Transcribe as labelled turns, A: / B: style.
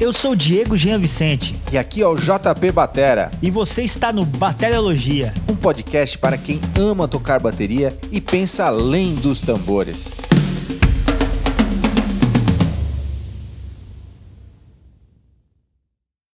A: Eu sou Diego Jean Vicente
B: E aqui é o JP Batera,
A: e você está no Bateriologia.
B: um podcast para quem ama tocar bateria e pensa além dos tambores.